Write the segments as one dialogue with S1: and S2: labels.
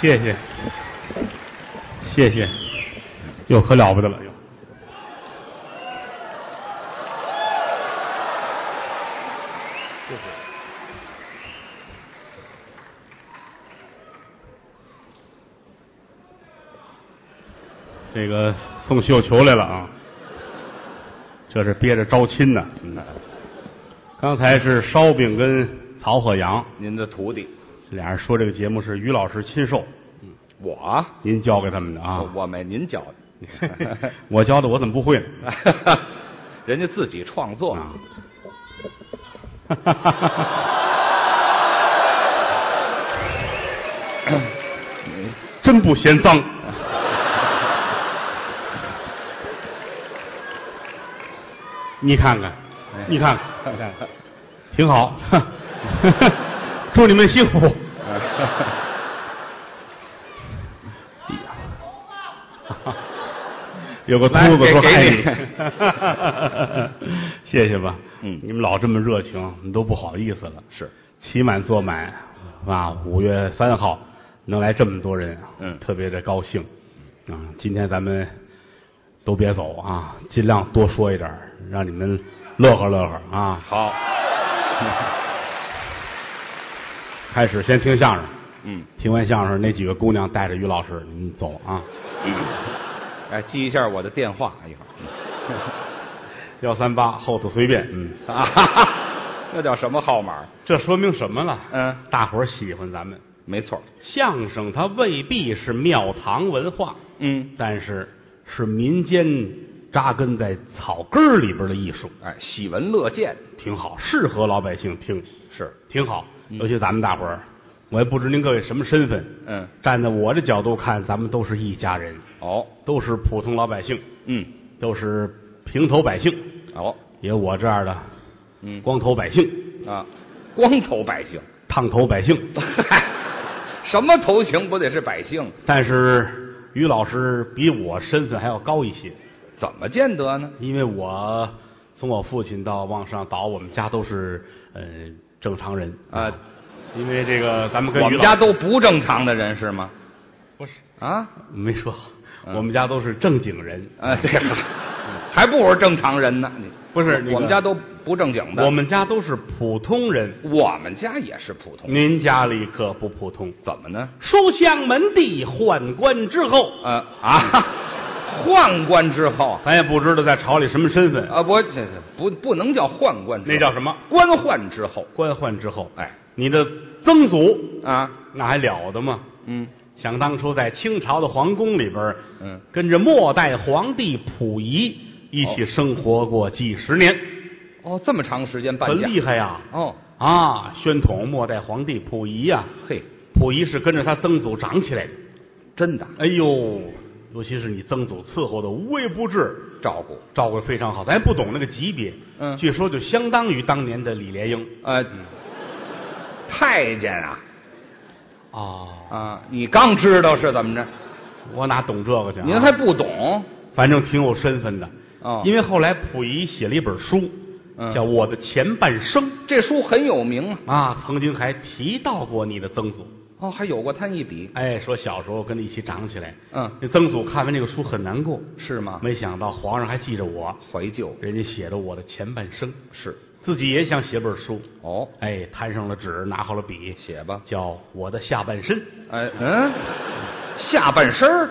S1: 谢谢，谢谢，哟，可了不得了，哟，
S2: 谢谢。
S1: 这个送绣球来了啊，这是憋着招亲呢。嗯，刚才是烧饼跟曹鹤阳
S2: 您的徒弟，
S1: 俩人说这个节目是于老师亲授，
S2: 我啊
S1: 您教给他们的啊。，
S2: 我没您教的
S1: 我教的我怎么不会呢？
S2: 人家自己创作。
S1: 啊， 真不嫌脏。 你看看，你看看，你看看，挺好。 祝你们幸福。有个秃
S2: 来
S1: 子
S2: 给
S1: 说
S2: 给
S1: 爱
S2: 你
S1: 你， 谢谢吧。
S2: 嗯
S1: 你们老这么热情，你都不好意思了。
S2: 是，
S1: 期满坐满啊！五月三号能来这么多人，
S2: 嗯
S1: 特别的高兴啊！今天咱们都别走啊，尽量多说一点儿，让你们乐呵乐呵啊！
S2: 好，
S1: 开始先听相声，
S2: 嗯
S1: 听完相声，那几个姑娘带着于老师，你们走啊！
S2: 哎，记一下我的电话一会儿
S1: 幺三八后头随便，嗯，
S2: 啊哈哈， 那叫什么号码？
S1: 这说明什么了？
S2: 嗯，
S1: 大伙儿喜欢咱们
S2: 没错。
S1: 相声，它未必是庙堂文化，
S2: 嗯，
S1: 但是是民间扎根在草根儿里边的艺术，
S2: 哎，喜闻乐见
S1: 挺好，适合老百姓听，
S2: 是，
S1: 挺好。尤其咱们大伙儿，我也不知您各位什么身份，
S2: 嗯，
S1: 站在我的角度看，咱们都是一家人，
S2: 哦，
S1: 都是普通老百姓，
S2: 嗯，
S1: 都是平头百姓，
S2: 哦，
S1: 也有我这样的
S2: 嗯，
S1: 光头百姓、
S2: 啊，光头百姓，
S1: 烫头百姓。
S2: 什么头型不得是百姓？
S1: 但是于老师比我身份还要高一些，
S2: 怎么见得呢？
S1: 因为我从我父亲到往上倒，我们家都是呃正常人
S2: 啊，
S1: 因为这个咱们跟
S2: 我
S1: 于
S2: 们
S1: 老
S2: 家
S1: 师
S2: 都不正常的人是吗？
S1: 不是
S2: 啊，
S1: 没说好，
S2: 嗯
S1: 我们家都是正经人。
S2: 啊，这个还不如正常人呢。你
S1: 不是那个
S2: 我们家都不正经的，
S1: 我们家都是普通人，
S2: 我们家也是普通。
S1: 您家里可不普通。
S2: 怎么呢？
S1: 书香门第，宦官之后，
S2: 呃啊，宦官之后
S1: 咱也不知道在朝里什么身份，
S2: 啊，不，这这不不能叫宦官之后，
S1: 那叫什么
S2: 官宦之后。
S1: 官宦之后。
S2: 哎
S1: 你的曾祖
S2: 啊，
S1: 那还了得吗？
S2: 嗯
S1: 想当初在清朝的皇宫里边，
S2: 嗯，
S1: 跟着末代皇帝溥仪一起
S2: 哦
S1: 生活过几十年，
S2: 哦，这么长时间搬
S1: 很
S2: 家
S1: 厉害呀！
S2: 哦，
S1: 啊，宣统末代皇帝溥仪呀、
S2: 嘿，
S1: 溥仪是跟着他曾祖长起来的。
S2: 真的
S1: 哎呦，尤其是你曾祖伺候的无微不至，
S2: 照顾。
S1: 照顾得非常好。咱也不懂那个级别，
S2: 嗯
S1: 据说就相当于当年的李莲英
S2: 呃，太监啊
S1: 哦，
S2: 啊，你刚知道是怎么着？
S1: 我哪懂这个去、啊？
S2: 您还不懂
S1: 反正挺有身份的
S2: 哦
S1: 因为后来溥仪写了一本书，
S2: 嗯
S1: 叫《我的前半生》
S2: 这书很有名啊。
S1: 啊，曾经还提到过你的曾祖。
S2: 哦，还有过他一笔，
S1: 哎，说小时候跟你一起长起来，
S2: 嗯啊
S1: 那曾祖看完这个书很难过，
S2: 是吗？
S1: 没想到皇上还记着我，
S2: 怀旧
S1: 人家写的我的前半生，
S2: 是
S1: 自己也想写本书，
S2: 哦，
S1: 哎，摊上了纸，拿好了笔，
S2: 写吧。
S1: 叫我的下半身，
S2: 哎嗯，下半身儿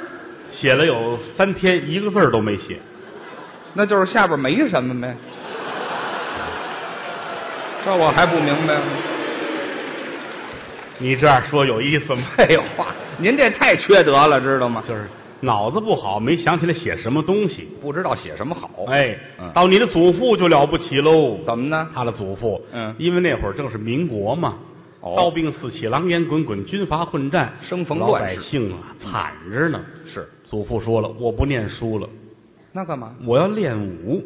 S1: 写了有三天，一个字儿都没写，
S2: 那就是下边没什么呗。这我还不明白，
S1: 你这样说有意思吗？
S2: 废哎话，您这太缺德了，知道吗？
S1: 就是脑子不好，没想起来写什么东西，
S2: 不知道写什么好。，
S1: 哎
S2: 嗯，
S1: 到你的祖父就了不起喽，
S2: 怎么呢？
S1: 他的祖父，
S2: 嗯
S1: 因为那会儿正是民国嘛，
S2: 哦
S1: 刀兵四起，狼烟滚滚，军阀混战，
S2: 生逢
S1: 老
S2: 乱
S1: 百
S2: 世
S1: 姓啊惨着呢。
S2: 是
S1: 祖父说了，我不念书了，
S2: 那干嘛？
S1: 我要练武。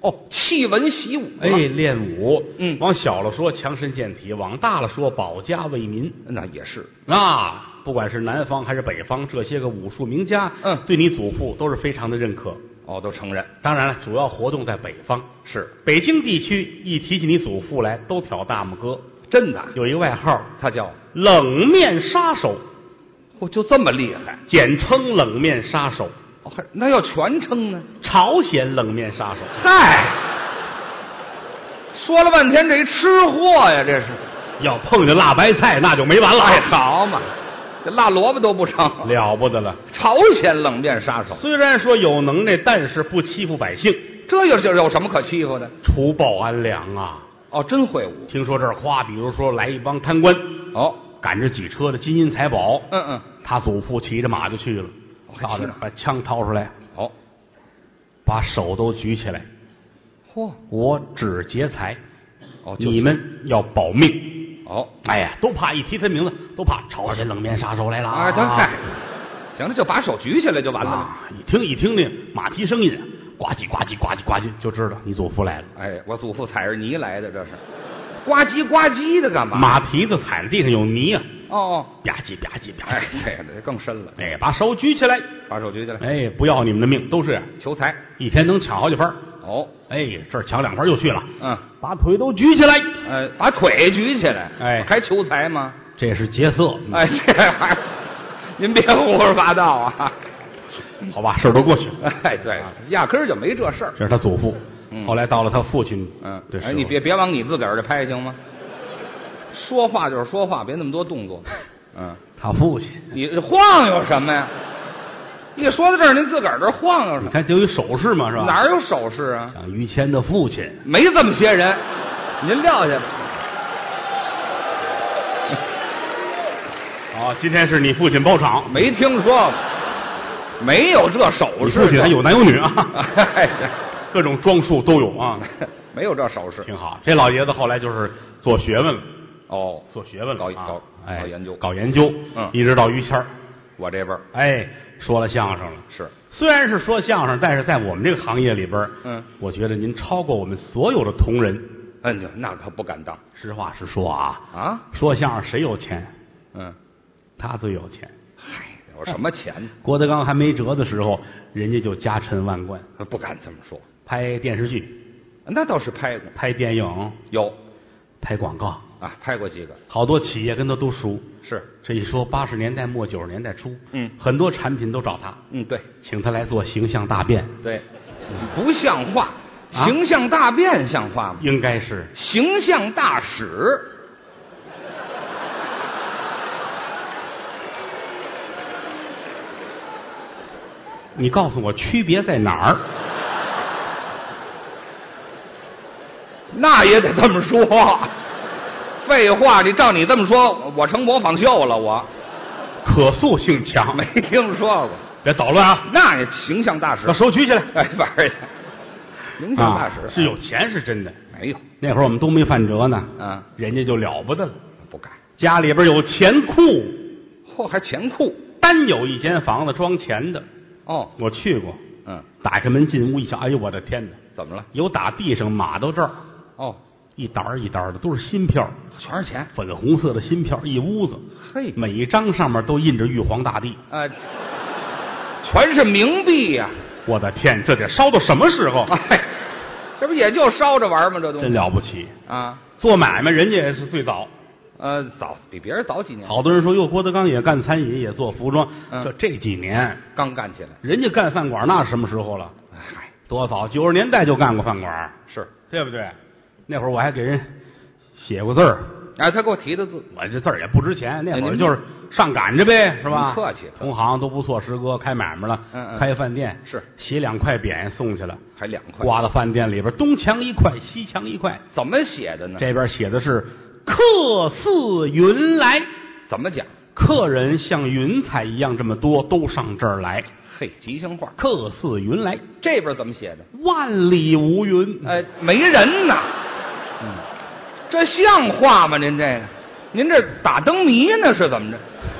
S2: 哦，弃文习武。
S1: 哎，，练武，
S2: 嗯
S1: 往小了说强身健体，往大了说保家卫民
S2: 那也是
S1: 啊。不管是南方还是北方，这些个武术名家，
S2: 嗯
S1: 对你祖父都是非常的认可。
S2: 哦，都承认
S1: 当然了，主要活动在北方，
S2: 是
S1: 北京地区一提起你祖父来，都挑大拇哥。
S2: 真的。
S1: 有一个外号
S2: 他叫
S1: 冷面杀手，
S2: 哦，就这么厉害？
S1: 简称冷面杀手，
S2: 哦，还那要全称呢？
S1: 朝鲜冷面杀手。
S2: 嗨，说了半天这一吃货呀，这是。
S1: 要碰见辣白菜，那就没完了。
S2: 哎，好嘛，这辣萝卜都不成。
S1: 了不得了。
S2: 朝鲜冷面杀手，
S1: 虽然说有能耐，但是不欺负百姓，
S2: 这又是有什么可欺负的？
S1: 除暴安良啊。
S2: 哦，真会武。
S1: 听说这儿夸，比如说来一帮贪官，
S2: 哦，
S1: 赶着几车的金银财宝，
S2: 嗯嗯，
S1: 他祖父骑着马就去了，
S2: 我
S1: 到
S2: 还
S1: 这
S2: 记
S1: 儿
S2: 得
S1: 把枪掏出来，
S2: 哦，
S1: 把手都举起来，
S2: 嚯，
S1: 我只劫财，
S2: 哦，就
S1: 你们要保命。
S2: 哦，
S1: 哎呀，都怕一提他名字，都怕朝鲜冷面杀手来了
S2: 啊，等嗨，行了，就把手举起来就完了嘛。
S1: 啊！一听一听那马蹄声音，呱唧呱唧呱唧呱唧，就知道你祖父来了。
S2: 哎，我祖父踩着泥来的，这是，呱唧呱唧的干嘛？
S1: 马蹄子踩在地上有泥啊，
S2: 哦哦，
S1: 吧唧吧唧吧
S2: 哎，
S1: 唧，
S2: 这个更深了，
S1: 哎，把手举起来，
S2: 把手举起来，
S1: 哎，不要你们的命，都是
S2: 求财。
S1: 一天能抢好几分儿，
S2: 哦，
S1: 哎，这儿抢两分儿又去了，
S2: 嗯，
S1: 把腿都举起来，
S2: 呃，把腿举起来，
S1: 哎
S2: 还求财吗？
S1: 这是劫色，嗯
S2: 哎，这还，您别胡说八道 啊！
S1: 嗯好吧，事儿都过去了。
S2: 哎，对，压根儿就没这事儿。
S1: 这是他祖父，
S2: 嗯
S1: 后来到了他父亲，
S2: 嗯，
S1: 对，哦
S2: 哎，你别别往你自个儿这拍行吗？说话就是说话，别那么多 动作。嗯，
S1: 他父亲，
S2: 你这晃悠什么呀？一说到这儿，您自个儿这晃悠什
S1: 你
S2: 么？
S1: 看就有手势嘛，是吧？
S2: 哪儿有手势啊？
S1: 像于谦的父亲，
S2: 没这么些人，您撂下吧。
S1: 哦，今天是你父亲包场，
S2: 没听说过，没有这手
S1: 你
S2: 势。
S1: 父亲还有男有女啊，
S2: 哎，
S1: 各种装束都有啊，
S2: 没有这手势。
S1: 挺好。这老爷子后来就是做学问了，
S2: 哦，
S1: 做学问了
S2: 搞
S1: 啊
S2: 搞
S1: 哎
S2: 搞研究
S1: 搞研究，
S2: 嗯
S1: 一直到于谦儿，
S2: 我这边儿
S1: 哎，说了相声了。
S2: 是
S1: 虽然是说相声，但是在我们这个行业里边儿，
S2: 嗯
S1: 我觉得您超过我们所有的同仁。
S2: 嗯，就那可不敢当
S1: 实话实说啊，
S2: 啊。
S1: 说相声谁有钱，
S2: 嗯，
S1: 他最有钱。
S2: 有什么钱？
S1: 郭德纲还没辙的时候，人家就家沉万贯，
S2: 不敢这么说。
S1: 拍电视剧、
S2: 那倒是拍过，
S1: 拍电影、
S2: 有
S1: 拍广告，
S2: 啊，拍过几个
S1: 好多企业跟他都熟。
S2: 是。
S1: 这一说，八十年代末九十年代初，
S2: 嗯
S1: 很多产品都找他，
S2: 嗯，对
S1: 请他来做形象大变，
S2: 对，不像话，
S1: 啊
S2: 形象大变像话吗？
S1: 应该是
S2: 形象大使。
S1: 你告诉我区别在哪儿？
S2: 那也得这么说。废话，你照你这么说，我成模仿秀了，我
S1: 可塑性强，
S2: 没听说过。
S1: 别捣乱啊！
S2: 那也形象大使
S1: 把，手举起来。
S2: 哎，玩去，形象大使、哎
S1: 啊、是有钱是真的。
S2: 没有？
S1: 那会儿我们都没犯辙呢，
S2: 啊，
S1: 人家就了不得了，
S2: 不敢。
S1: 家里边有钱库，
S2: 嚯、还钱库
S1: 单有一间房子装钱的，
S2: 哦，
S1: 我去过。
S2: 嗯，
S1: 打开门进屋一瞧，哎呦我的天哪！
S2: 怎么了？
S1: 有打地上码到这儿，
S2: 哦，
S1: 一沓儿一沓儿的都是新票，
S2: 全是钱。
S1: 粉红色的新票，一屋子，
S2: 嘿，
S1: 每一张上面都印着玉皇大帝。
S2: 啊、全是冥币呀、
S1: 我的天，这得烧到什么时候？
S2: 哎，这不也就烧着玩儿吗？这东
S1: 真
S2: 西
S1: 了不起！
S2: 啊，
S1: 做买卖人家也是最早，
S2: 呃，早比别人早几年，
S1: 好多人说哟，郭德纲也干餐饮，也做服装，
S2: 嗯
S1: 就这几年，
S2: 刚干起来。
S1: 人家干饭馆那什么时候了？
S2: 嗨，
S1: 多早？九十年代就干过饭馆，
S2: 是，
S1: 对不对？那会儿我还给人写过字儿，
S2: 哎，他给我提的字，
S1: 我这字儿也不值钱，那
S2: 哎
S1: 会儿
S2: 您
S1: 就是上赶着呗，是吧？
S2: 您客气客气
S1: 同行都不错，师哥开买卖了，
S2: 嗯嗯
S1: 开饭店
S2: 是
S1: 写两块匾送去了，
S2: 还两块。
S1: 挂到饭店里边，东墙一块，西墙一块，
S2: 怎么写的呢？
S1: 这边写的是“客似云来
S2: 怎么讲？”，
S1: 客人像云彩一样这么多，都上这儿来，
S2: 嘿，吉祥话。
S1: 客似云来，
S2: 这边怎么写的？
S1: 万里无云。
S2: 哎，没人呐。嗯，这像话吗？您这个，您这打灯谜呢是怎么着？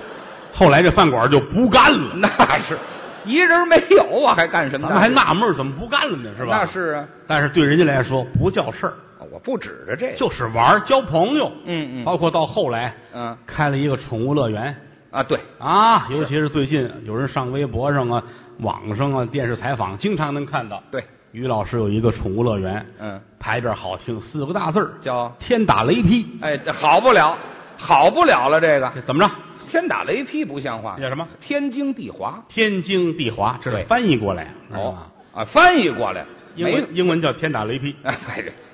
S1: 后来这饭馆就不干了，
S2: 那是，一人没有我还干什
S1: 咱
S2: 么
S1: 们
S2: 大
S1: 还
S2: 事？
S1: 纳闷儿怎么不干了呢，是吧？啊
S2: 那。是啊，
S1: 但是对人家来说不叫事儿，
S2: 我不指着这个。
S1: 就是玩儿交朋友。
S2: 嗯嗯
S1: 包括到后来
S2: 嗯
S1: 开了一个宠物乐园
S2: 啊，对，
S1: 啊，尤其是最近有人上微博上啊、网上啊、电视采访，经常能看到
S2: 对，
S1: 于老师有一个宠物乐园，
S2: 嗯，
S1: 牌匾好听，四个大字儿
S2: 叫
S1: “天打雷劈
S2: 哎，这好不了，好不了了。这”。个
S1: 这怎么着？
S2: 天打雷劈不像话，
S1: 叫什么？
S2: 天经地华。
S1: 天经地华，这
S2: 对
S1: 是翻译过来，知道吗？
S2: 啊，翻译过来
S1: 哎英
S2: 没
S1: 文英文叫天打雷劈，
S2: 哎，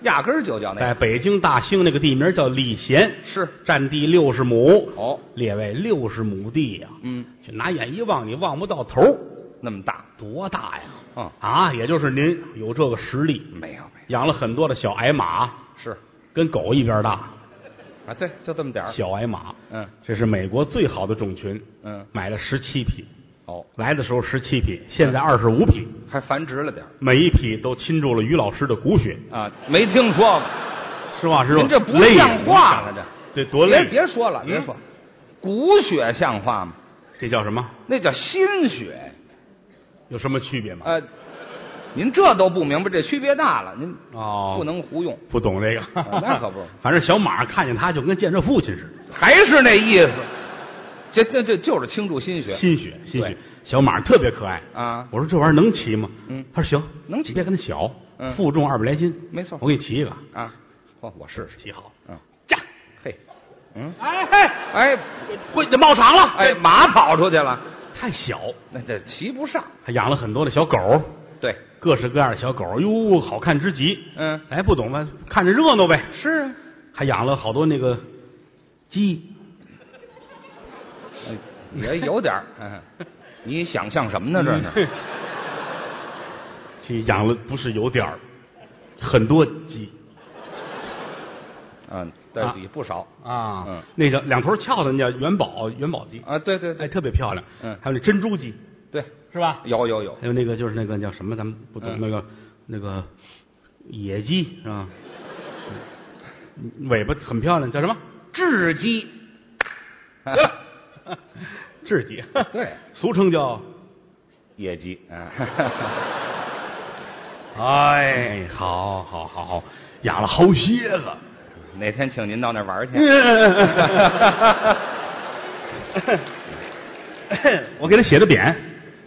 S2: 压根儿就叫那
S1: 在
S2: 个
S1: 北京大兴那个地名叫礼贤，
S2: 是
S1: 占地六十亩，
S2: 哦，
S1: 列为六十亩地呀、
S2: 嗯，
S1: 就拿眼一望，你望不到头儿，
S2: 那么大
S1: 多大呀？
S2: 啊，
S1: 啊，也就是您有这个实力，
S2: 没有没有，
S1: 养了很多的小矮马，
S2: 是
S1: 跟狗一边大，
S2: 啊，对，就这么点儿。
S1: 小矮马，
S2: 嗯
S1: 这是美国最好的种群，
S2: 嗯，
S1: 买了十七匹，
S2: 哦，
S1: 来的时候十七匹，现在二十五匹，
S2: 还繁殖了点儿
S1: 每一匹都侵入了于老师的骨血，
S2: 啊，没听说过，
S1: 实话实说，
S2: 您这不
S1: 累呀
S2: 像话了，
S1: 这多累
S2: 别
S1: 呀，
S2: 别说了，别
S1: 嗯
S2: 说，骨血像话吗？
S1: 这叫什么？
S2: 那叫心血。
S1: 有什么区别吗？
S2: 呃，您这都不明白，这区别大了，您
S1: 哦，
S2: 不能胡用，
S1: 不懂这个，
S2: 那可不。
S1: 反正小马看见他就跟见着父亲似的，
S2: 还是那意思，这这这就是倾注心血
S1: 心血心血
S2: 对。
S1: 小马特别可爱，
S2: 啊，
S1: 我说这玩意儿能骑吗？
S2: 嗯
S1: 他说行，
S2: 能骑
S1: 别跟他小
S2: 嗯，
S1: 负重二百来斤，
S2: 没错
S1: 我给你骑一个，
S2: 啊，嚯，我试试，
S1: 骑好，
S2: 嗯，
S1: 驾，
S2: 嘿，嗯，
S1: 哎哎，
S2: 哎
S1: 喂，这冒场了，
S2: 哎，，马跑出去了，
S1: 太小，
S2: 那这骑不上，
S1: 还养了很多的小狗，
S2: 对，
S1: 各式各样的小狗，哟，好看之极。
S2: 嗯，
S1: 哎，不懂吧？看着热闹呗，
S2: 是啊，
S1: 还养了好多那个鸡，
S2: 哎也有点儿，嗯， 你想象什么呢？
S1: 嗯
S2: 这是，
S1: 这养了不是有点儿，很多鸡
S2: 嗯，对
S1: 啊，
S2: 也不少
S1: 啊
S2: 嗯
S1: 那个两头翘的那叫元宝元宝鸡，
S2: 啊，对对
S1: 哎，
S2: 对
S1: 特别漂亮。
S2: 嗯
S1: 还有那珍珠鸡
S2: 对，
S1: 是吧？
S2: 有有有，
S1: 还有那个就是那个叫什么，咱们不懂
S2: 嗯
S1: 那个那个野鸡是吧？嗯尾巴很漂亮，叫什 么？
S2: 雉鸡，
S1: 得了，雉鸡，
S2: 对，
S1: 俗称叫。
S2: 野鸡，啊，
S1: 哎，好好好好，养了好些 个。
S2: 哪天请您到那儿玩儿去。
S1: 我给他写的匾，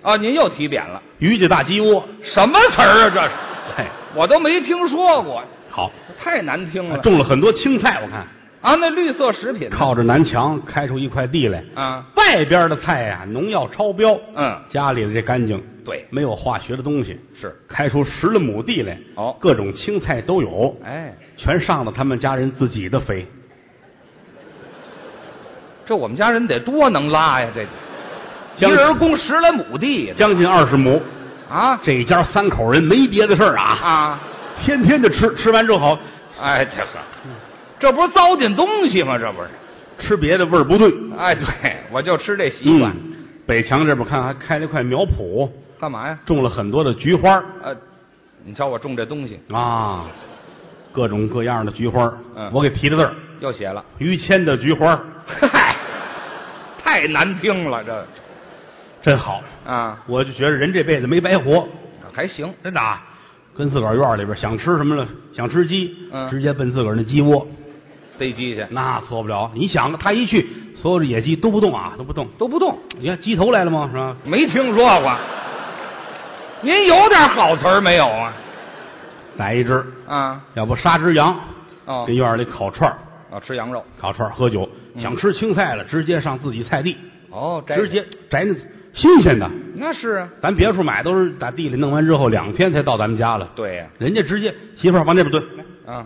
S2: 啊，您又提点了，
S1: 于家大鸡窝。
S2: 什么词儿啊？这是
S1: 哎，
S2: 我都没听说过，
S1: 好，
S2: 太难听了
S1: 种了很多青菜，我看
S2: 啊！那绿色食品呢
S1: 靠着南墙开出一块地来。
S2: 啊，
S1: 外边的菜呀、农药超标，
S2: 嗯，
S1: 家里的这干净，
S2: 对，
S1: 没有化学的东西，
S2: 是，
S1: 开出十来亩地来，
S2: 哦
S1: 各种青菜都有，
S2: 哎，
S1: 全上了他们家人自己的肥。
S2: 这我们家人得多能拉呀！这
S1: 将
S2: 一人供十来亩地呢
S1: 将近二十亩，
S2: 啊
S1: 这一家三口人没别的事儿啊，
S2: 啊！
S1: 天天的吃，吃完正好，
S2: 哎，这个，这不是糟践东西吗？这不是？
S1: 吃别的味儿不对。
S2: 哎，对，我就吃这习惯，
S1: 嗯，北墙这边看还开了一块苗圃，
S2: 干嘛呀？
S1: 种了很多的菊花
S2: 呃，你瞧我种这东西
S1: 啊，各种各样的菊花。
S2: 嗯
S1: 我给提的字儿，
S2: 又写了，
S1: 于谦的菊花
S2: 嗨，太难听了，这
S1: 真好，
S2: 啊
S1: 我就觉得人这辈子没白活，
S2: 还行，
S1: 真的啊。跟自个儿院里边想吃什么了，想吃鸡，
S2: 嗯
S1: 直接奔自个儿那鸡窝，
S2: 逮鸡去
S1: 那错不了。你想，他一去，所有的野鸡都不动啊，都不动。
S2: 都不动。
S1: 你看鸡头来了吗？是吧？
S2: 没听说过。您有点好词儿没有啊？
S1: 宰一只，
S2: 啊，
S1: 要不杀只羊，
S2: 哦
S1: 跟，院里烤串儿
S2: 哦，吃羊肉，
S1: 烤串儿喝酒，想吃青菜了，直接上自己菜地，
S2: 哦，摘
S1: 直接摘那新鲜的。
S2: 那是啊，
S1: 咱别处买都是打地里弄完之后两天才到咱们家了，
S2: 对呀、
S1: 人家直接媳妇儿往那边蹲，来
S2: 啊，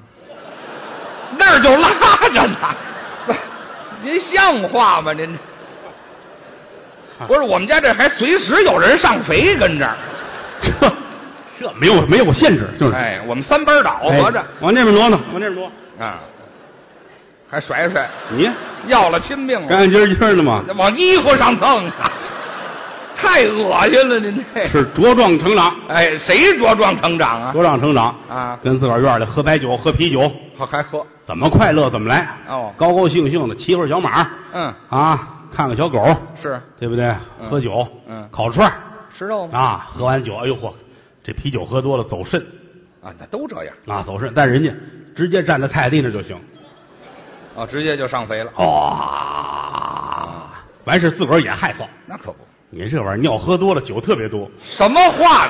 S2: 那儿就拉着呢，不是您像话吗？您这不是我们家这还随时有人上肥跟这儿，
S1: 这 这没有没有限制，就是
S2: 哎，我们三班倒
S1: 哎
S2: 合着、
S1: 往那边挪挪，往那边挪，
S2: 啊，还甩甩，
S1: 你
S2: 要了亲命了，
S1: 干干净净的嘛，
S2: 往衣服上蹭啊，太恶心了，您这
S1: 是茁壮成长，
S2: 哎，谁茁壮成长啊？
S1: 茁壮成长
S2: 啊
S1: 跟自个儿院里喝白酒喝啤酒，
S2: 还还喝？
S1: 怎么快乐怎么来，
S2: 哦
S1: 高高兴兴的骑会儿小马
S2: 嗯，
S1: 啊，看看小狗，
S2: 是
S1: 对不对？
S2: 嗯
S1: 喝酒，
S2: 嗯
S1: 烤串儿
S2: 吃肉吗？
S1: 啊，喝完酒，哎呦嚯，这啤酒喝多了走肾
S2: 啊，那都这样
S1: 啊，走肾，但人家直接站在菜地那就行，
S2: 啊，直接就上肥了，
S1: 哇、哦，完事自个儿也害臊。
S2: 那可不。
S1: 你这玩意儿尿喝多了，酒特别多，
S2: 什么话？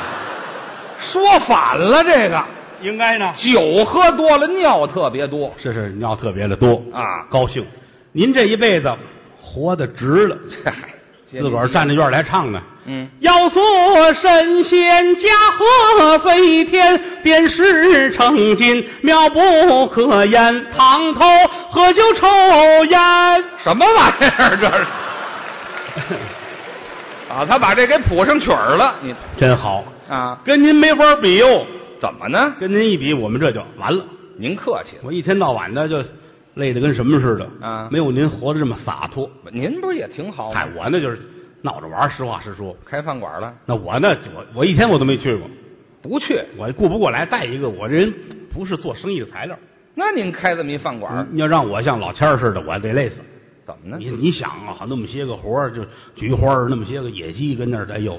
S2: 说反了，这个
S1: 应该呢。
S2: 酒喝多了，尿特别多
S1: 是是，尿特别的多
S2: 啊
S1: 高兴。您这一辈子活的值了。
S2: 嗨，接
S1: 自个儿站在院儿里还唱呢。
S2: 嗯，
S1: 要做神仙，驾鹤飞天，便是成金，妙不可言。堂头喝酒抽烟，
S2: 什么玩意儿这是？啊，他把这给谱上曲儿了，你
S1: 真好，
S2: 啊，
S1: 跟您没法比哟。
S2: 怎么呢？
S1: 跟您一比，我们这就完了。
S2: 您客气了，
S1: 我一天到晚的就累得跟什么似的
S2: 啊
S1: 没有您活得这么洒脱。
S2: 您不是也挺好
S1: 嗨
S2: 吗？，
S1: 我那就是闹着玩儿，实话实说。
S2: 开饭馆了，
S1: 那我呢，我我一天我都没去过，
S2: 不去？
S1: 我顾不过来。再一个，我这人不是做生意的材料。
S2: 那您开这么一饭馆儿，嗯
S1: 你要让我像老谦儿似的，我得累死。
S2: 怎么
S1: 你
S2: 呢？
S1: 你想啊，那么些个活儿，就菊花儿，那么些个野鸡跟那儿，哎呦，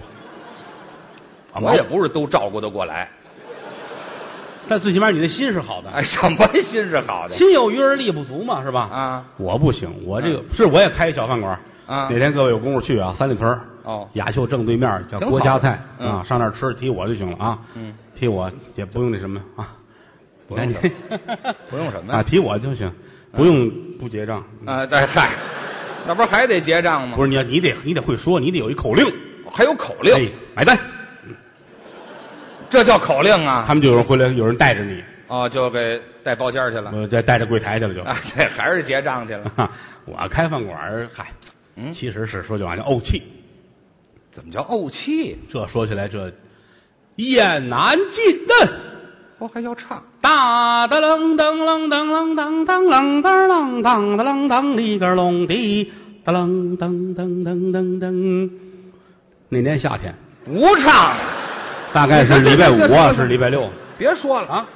S1: 啊
S2: 我也，不是都照顾得过来。
S1: 但最起码你的心是好的，
S2: 哎，什么心是好的
S1: 心有余而力不足嘛，是吧？
S2: 啊？
S1: 我不行，我这个
S2: 嗯
S1: 是我也开一小饭馆儿
S2: 啊
S1: 哪天各位有功夫去啊，三里屯儿
S2: 哦
S1: 雅秀正对面儿叫
S2: 挺
S1: 郭
S2: 好
S1: 家
S2: 的
S1: 菜
S2: 嗯
S1: 啊，上那儿吃提我就行了啊，
S2: 嗯，
S1: 提我也不用那什么 啊，
S2: 不用什么 不用什么
S1: 啊，提我就行，不用不结账。
S2: 啊，对，嗨，那不是还得结账吗？
S1: 不是你要你得你得会说，你得有一口令，
S2: 还有口令，
S1: 哎，买单，
S2: 这叫口令啊！
S1: 他们就有人回来，有人带着你，
S2: 哦，就给带包间儿去了，
S1: 我再带着柜台去了就。
S2: 啊，这 还是结账去了。
S1: 我开饭馆儿，嗨，
S2: 啊嗯，
S1: 其实是说句话叫怄气，
S2: 怎么叫怄气？
S1: 这说起来这一言难尽的。
S2: 哦，还要唱
S1: 大的楞噔楞噔楞噔噔楞噔楞噔的楞噔里个隆的噔楞噔噔噔噔噔。那年夏天，
S2: 不唱了？
S1: 大概是礼拜五啊，是礼拜六
S2: 别说了，
S1: 啊。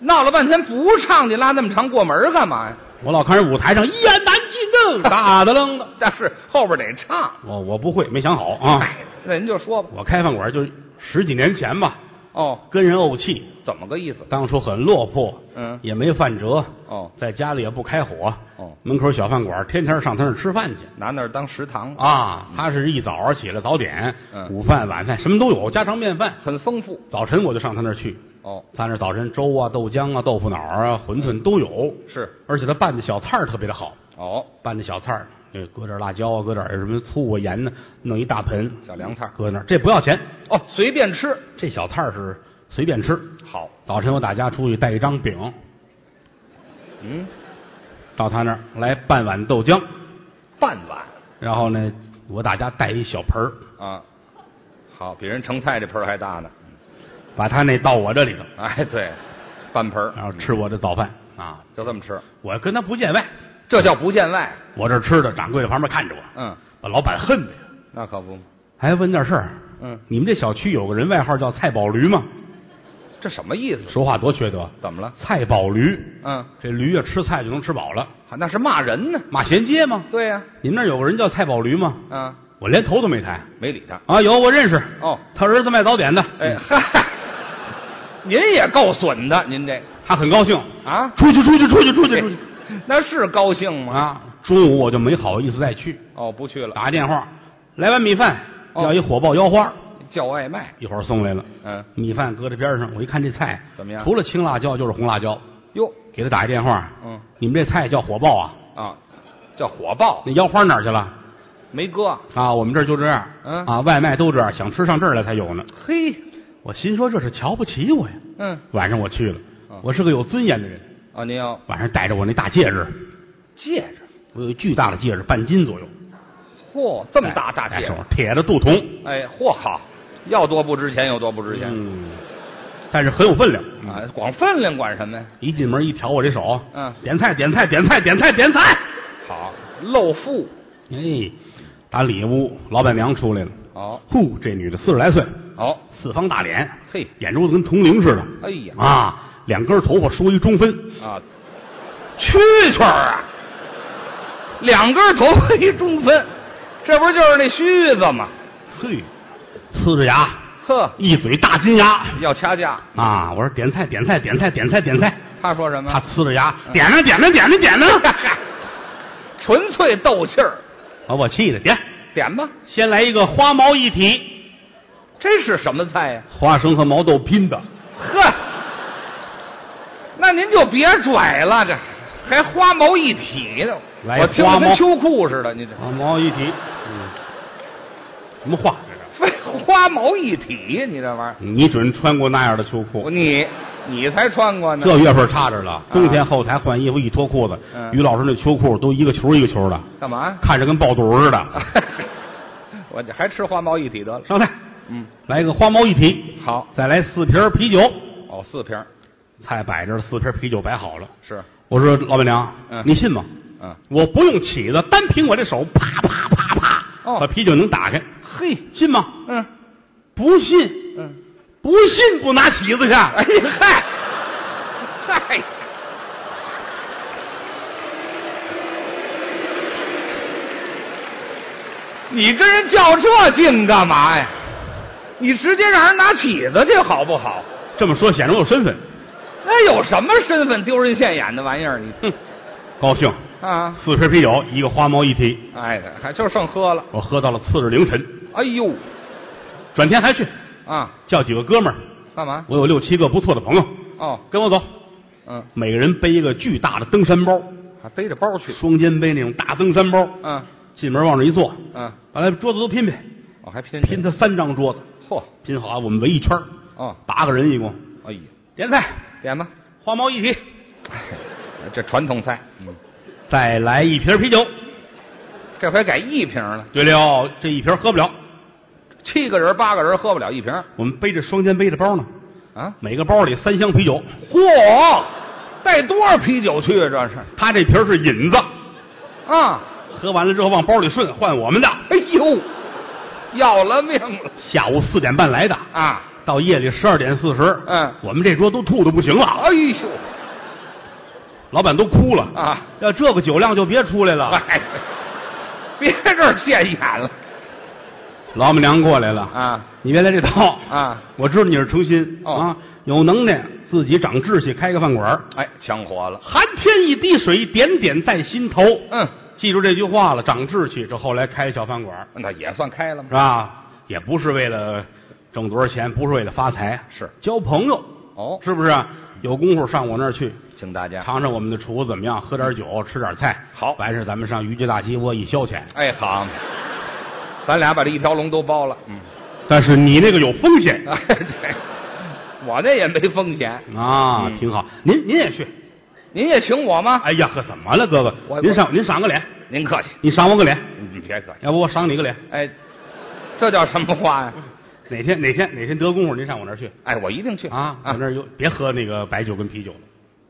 S2: 闹了半天不唱，你拉那么长过门儿干嘛呀？
S1: 我老看人舞台
S2: 哎
S1: 上一言难 尽的，大的楞的。
S2: 但是后边得唱，
S1: 我我不会，没想好啊。
S2: 哎，那您就说吧。
S1: 我开饭馆就十几年前吧，
S2: 哦，
S1: 跟人怄气，
S2: 怎么个意思？
S1: 当初很落魄，
S2: 嗯，
S1: 也没饭辙，
S2: 哦，
S1: 在家里也不开火，
S2: 哦，
S1: 门口小饭馆天天上他那儿吃饭去。
S2: 拿那儿当食堂，
S1: 啊，他是一早上起来早点，
S2: 嗯
S1: 午饭、晚饭什么都有，家常便饭。
S2: 很丰富。
S1: 早晨我就上他那儿去，
S2: 哦，
S1: 他那儿早晨粥啊、豆浆啊、豆腐脑啊、馄饨都有，
S2: 是，
S1: 而且他拌的小菜儿特别的好，
S2: 哦，
S1: 拌的小菜儿，这搁点辣椒啊，搁点什么醋啊、盐呢，弄一大盆
S2: 小凉菜儿
S1: 搁那儿，这不要钱，
S2: 哦，随便吃，
S1: 这小菜儿是随便吃。
S2: 好，
S1: 早晨我打家出去带一张饼
S2: 嗯，
S1: 到他那儿来半碗豆浆，
S2: 半碗
S1: 然后呢，我打家带一小盆儿，
S2: 啊，好，比人盛菜这盆儿还大呢。
S1: 把他那到我这里头，
S2: 哎，对，半盆儿嗯
S1: 然后吃我的早饭啊。
S2: 就这么吃，
S1: 我跟他不见外，
S2: 这叫不见外。
S1: 我这吃的，掌柜在旁边看着我，
S2: 嗯，
S1: 把老板恨的呀，
S2: 那可不，
S1: 还问点事儿。
S2: 嗯，
S1: 你们这小区有个人外号叫菜宝驴吗？
S2: 这什么意思？
S1: 说话多缺德！
S2: 怎么了？
S1: 菜宝驴，
S2: 嗯，
S1: 这驴啊吃菜就能吃饱了。
S2: 好那是骂人呢。
S1: 马衔街吗？
S2: 对呀、
S1: 你们那儿有个人叫菜宝驴吗？
S2: 啊，
S1: 我连头都没抬
S2: 没理他。
S1: 啊！有我认识，
S2: 哦，
S1: 他儿子卖早点的，嗯
S2: 哎嗨，您也够损的，您这
S1: 他很高兴，
S2: 啊，
S1: 出去出去出去出去
S2: 这
S1: 出去
S2: 那是高兴吗？
S1: 啊！中午我就没好意思再去，
S2: 哦，不去了，
S1: 打个电话，来碗米饭，
S2: 哦
S1: 要一火爆腰花，
S2: 叫外卖。
S1: 一会儿送来了。
S2: 嗯，
S1: 米饭搁在边上，我一看这菜
S2: 怎么样
S1: 除了青辣椒就是红辣椒，
S2: 哟，
S1: 给他打一电话。
S2: 嗯
S1: 你们这菜叫火爆啊？
S2: 啊，叫火爆
S1: 那腰花哪儿去了？
S2: 没割。
S1: 啊，我们这儿就这样。
S2: 嗯
S1: 啊，外卖都这样，想吃上这儿来才有呢。
S2: 嘿，
S1: 我心说这是瞧不起我呀。
S2: 嗯，
S1: 晚上我去了
S2: 嗯，
S1: 我是个有尊严的人。
S2: 啊，您要
S1: 晚上戴着我那大戒指，
S2: 戒指。
S1: 我有一巨大的戒指，半斤左右，
S2: 嚯、这么大大
S1: 戴戴
S2: 戒
S1: 手
S2: 指！
S1: 上，铁的镀铜，
S2: 哎，嚯好，要多不值钱有多不值钱、
S1: 嗯，但是很有分量。
S2: 啊！光分量管什么呀？
S1: 一进门一瞧我这手，
S2: 嗯
S1: 点菜点菜点菜点菜点菜，
S2: 好，露腹。
S1: 哎，打里屋，老板娘出来了。
S2: 好，
S1: 呼，这女的四十来岁，
S2: 好，
S1: 四方大脸，
S2: 嘿，
S1: 眼珠子跟铜铃似的。
S2: 哎呀
S1: 啊，两根头发梳一中分，
S2: 啊，蛐蛐儿啊，两根头发一中分，这不就是那须子吗？
S1: 嘿，呲着牙，
S2: 呵，
S1: 一嘴大金牙。
S2: 要掐架。
S1: 啊，我说点菜点菜点菜点菜点菜，
S2: 他说什么？
S1: 他呲着牙
S2: 嗯
S1: 点呢点呢点呢点呢，
S2: 纯粹斗气儿，
S1: 把我气的点。
S2: 点吧。
S1: 先来一个花毛一体，
S2: 这是什么菜呀、
S1: 花生和毛豆拼的，
S2: 呵，那您就别拽了，这还花毛一体呢，
S1: 来
S2: 我听
S1: 花
S2: 着
S1: 毛
S2: 跟秋裤似的，你这
S1: 啊，毛一体，嗯，什么话这是？
S2: 非花毛一体，你这玩意
S1: 你准穿过那样的秋
S2: 儿，
S1: 裤？
S2: 你你才穿过呢，
S1: 这月份差着了，冬天后台换衣服一脱裤子，
S2: 嗯
S1: 于老师那秋裤都一个球一个球的，
S2: 干嘛？
S1: 看着跟爆肚似的。
S2: 我这还吃花毛一体得了，
S1: 上菜，
S2: 嗯，
S1: 来个花毛一体，
S2: 好，
S1: 再来四瓶啤酒。
S2: 哦，四瓶儿
S1: 菜摆这儿，四瓶啤酒摆好了。
S2: 是，
S1: 我说老板娘，
S2: 嗯
S1: 你信吗？
S2: 嗯，
S1: 我不用起子，单凭我这手，啪啪啪啪，
S2: 哦
S1: 把啤酒能打开，
S2: 嘿，
S1: 信吗？
S2: 嗯
S1: 不信，
S2: 嗯，
S1: 不信，不拿起子去。啊
S2: 哎呀嗨，嗨，你跟人较这劲干嘛呀？你直接让人拿起子去好不好？
S1: 这么说显得我有身份，
S2: 那有什么身份丢人现眼的玩意儿？你
S1: 哼，高兴。
S2: 啊，
S1: 四瓶啤酒，一个花毛一体，
S2: 哎，还就剩喝了。
S1: 我喝到了次日凌晨。
S2: 哎呦，
S1: 转天还去，
S2: 啊，
S1: 叫几个哥们儿，
S2: 干嘛？
S1: 我有六七个不错的朋友，
S2: 哦，
S1: 跟我走。
S2: 嗯，
S1: 每个人背一个巨大的登山包，
S2: 还背着包去。
S1: 双肩背那种大登山包，
S2: 嗯
S1: 进门往这一坐，
S2: 嗯，
S1: 把那桌子都拼拼，
S2: 我还拼
S1: 拼他三张桌子，
S2: 嚯
S1: 拼好了我们围一圈儿，
S2: 哦，
S1: 八个人一共。
S2: 哎呀，
S1: 点菜，
S2: 点吧，
S1: 花毛一体，
S2: 这传统菜。嗯，
S1: 再来一瓶啤酒。
S2: 这回改一瓶了，
S1: 对了，这一瓶喝不了，
S2: 七个人八个人喝不了一瓶
S1: 我们背着双肩背着包呢，
S2: 啊。
S1: 每个包里三箱啤酒。
S2: 嚯，带多少啤酒去啊？这是
S1: 他这瓶是引子，
S2: 啊，
S1: 喝完了之后往包里顺，换我们的。
S2: 哎呦，要了命了
S1: 下午四点半来的，
S2: 啊！
S1: 到夜里十二点四十，
S2: 嗯
S1: 我们这桌都吐的不行了，
S2: 哎呦
S1: 老板都哭了。
S2: 啊！
S1: 要这个酒量就别出来了。
S2: 哎， 别这儿现眼了
S1: 老板娘过来了，
S2: 啊
S1: 你别来这套，
S2: 啊！
S1: 我知道你是诚心
S2: 哦
S1: 啊，有能耐自己长志气，开个饭馆儿。
S2: 哎，抢火了。
S1: 寒天一滴水，点点在心头。
S2: 嗯，
S1: 记住这句话了，长志气。这后来开小饭馆儿
S2: 那也算开了吗
S1: 是？吧？也不是为了挣多少钱，不是为了发财，
S2: 是
S1: 交朋友，
S2: 哦，
S1: 是不是啊？有功夫上我那儿去，
S2: 请大家。
S1: 尝尝我们的厨子怎么样，喝点酒，吃点菜。
S2: 好
S1: 完事咱们上于家大鸡窝一消遣。
S2: 哎，好，咱俩把这一条龙都包了。嗯，
S1: 但是你那个有风险
S2: 哎，对， 我这也没风险。
S1: 啊，
S2: 嗯
S1: 挺好。您您也去？
S2: 您也请我吗？
S1: 哎呀呵，怎么了，哥
S2: 我
S1: 哥？您赏您赏个脸，
S2: 您客气，
S1: 你赏我个脸，
S2: 您别客气。
S1: 要不我赏你个脸。
S2: 哎，这叫什么 话呀？
S1: 哪天哪天哪天得功夫，您上我那儿去
S2: 哎，我一定去
S1: 啊！我
S2: 啊
S1: 那！儿有别喝那个白酒跟啤酒了，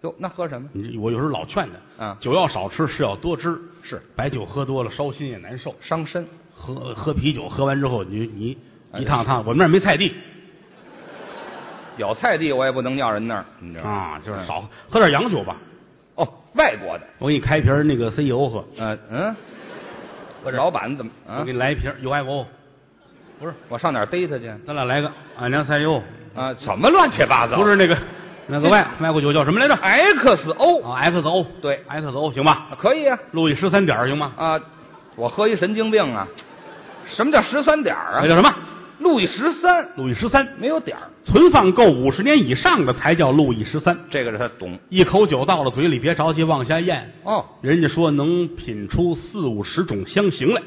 S2: 哟，那喝什么？
S1: 你我有时候老劝他，
S2: 啊
S1: 酒要少吃，事要多知。
S2: 是
S1: 白酒喝多了烧心也难受，
S2: 伤身。
S1: 喝喝啤酒喝完之后，你你
S2: 哎
S1: 一趟趟，我们那儿没菜地
S2: 有菜地我也不能要人那儿，你知道吗？嗯
S1: 啊，就是少喝点洋酒吧。
S2: 哦，外国的。
S1: 我给你开一瓶那个 CEO 喝，
S2: 嗯嗯，我老板怎么
S1: 我
S2: 啊
S1: 给？你来一瓶 UFO，不是，
S2: 我上哪儿逮他去？
S1: 咱俩来个俺娘 CEO，
S2: 啊，什么乱七八糟？
S1: 不是那个那个外外国酒叫什么来着？
S2: XO，
S1: 啊，XO
S2: 哦对
S1: ，XO 行吧？
S2: 可以啊。
S1: 路易十三点儿行吗？
S2: 啊，我喝一神经病啊！什么叫十三点儿
S1: 那
S2: 啊？
S1: 哎叫什么？
S2: 路易十三
S1: 路易十三，
S2: 没有点儿，
S1: 存放够五十年以上的才叫路易十三。
S2: 这个是他懂
S1: 一口酒到了嘴里，别着急往下咽。
S2: 哦
S1: 人家说能品出四五十种香型来，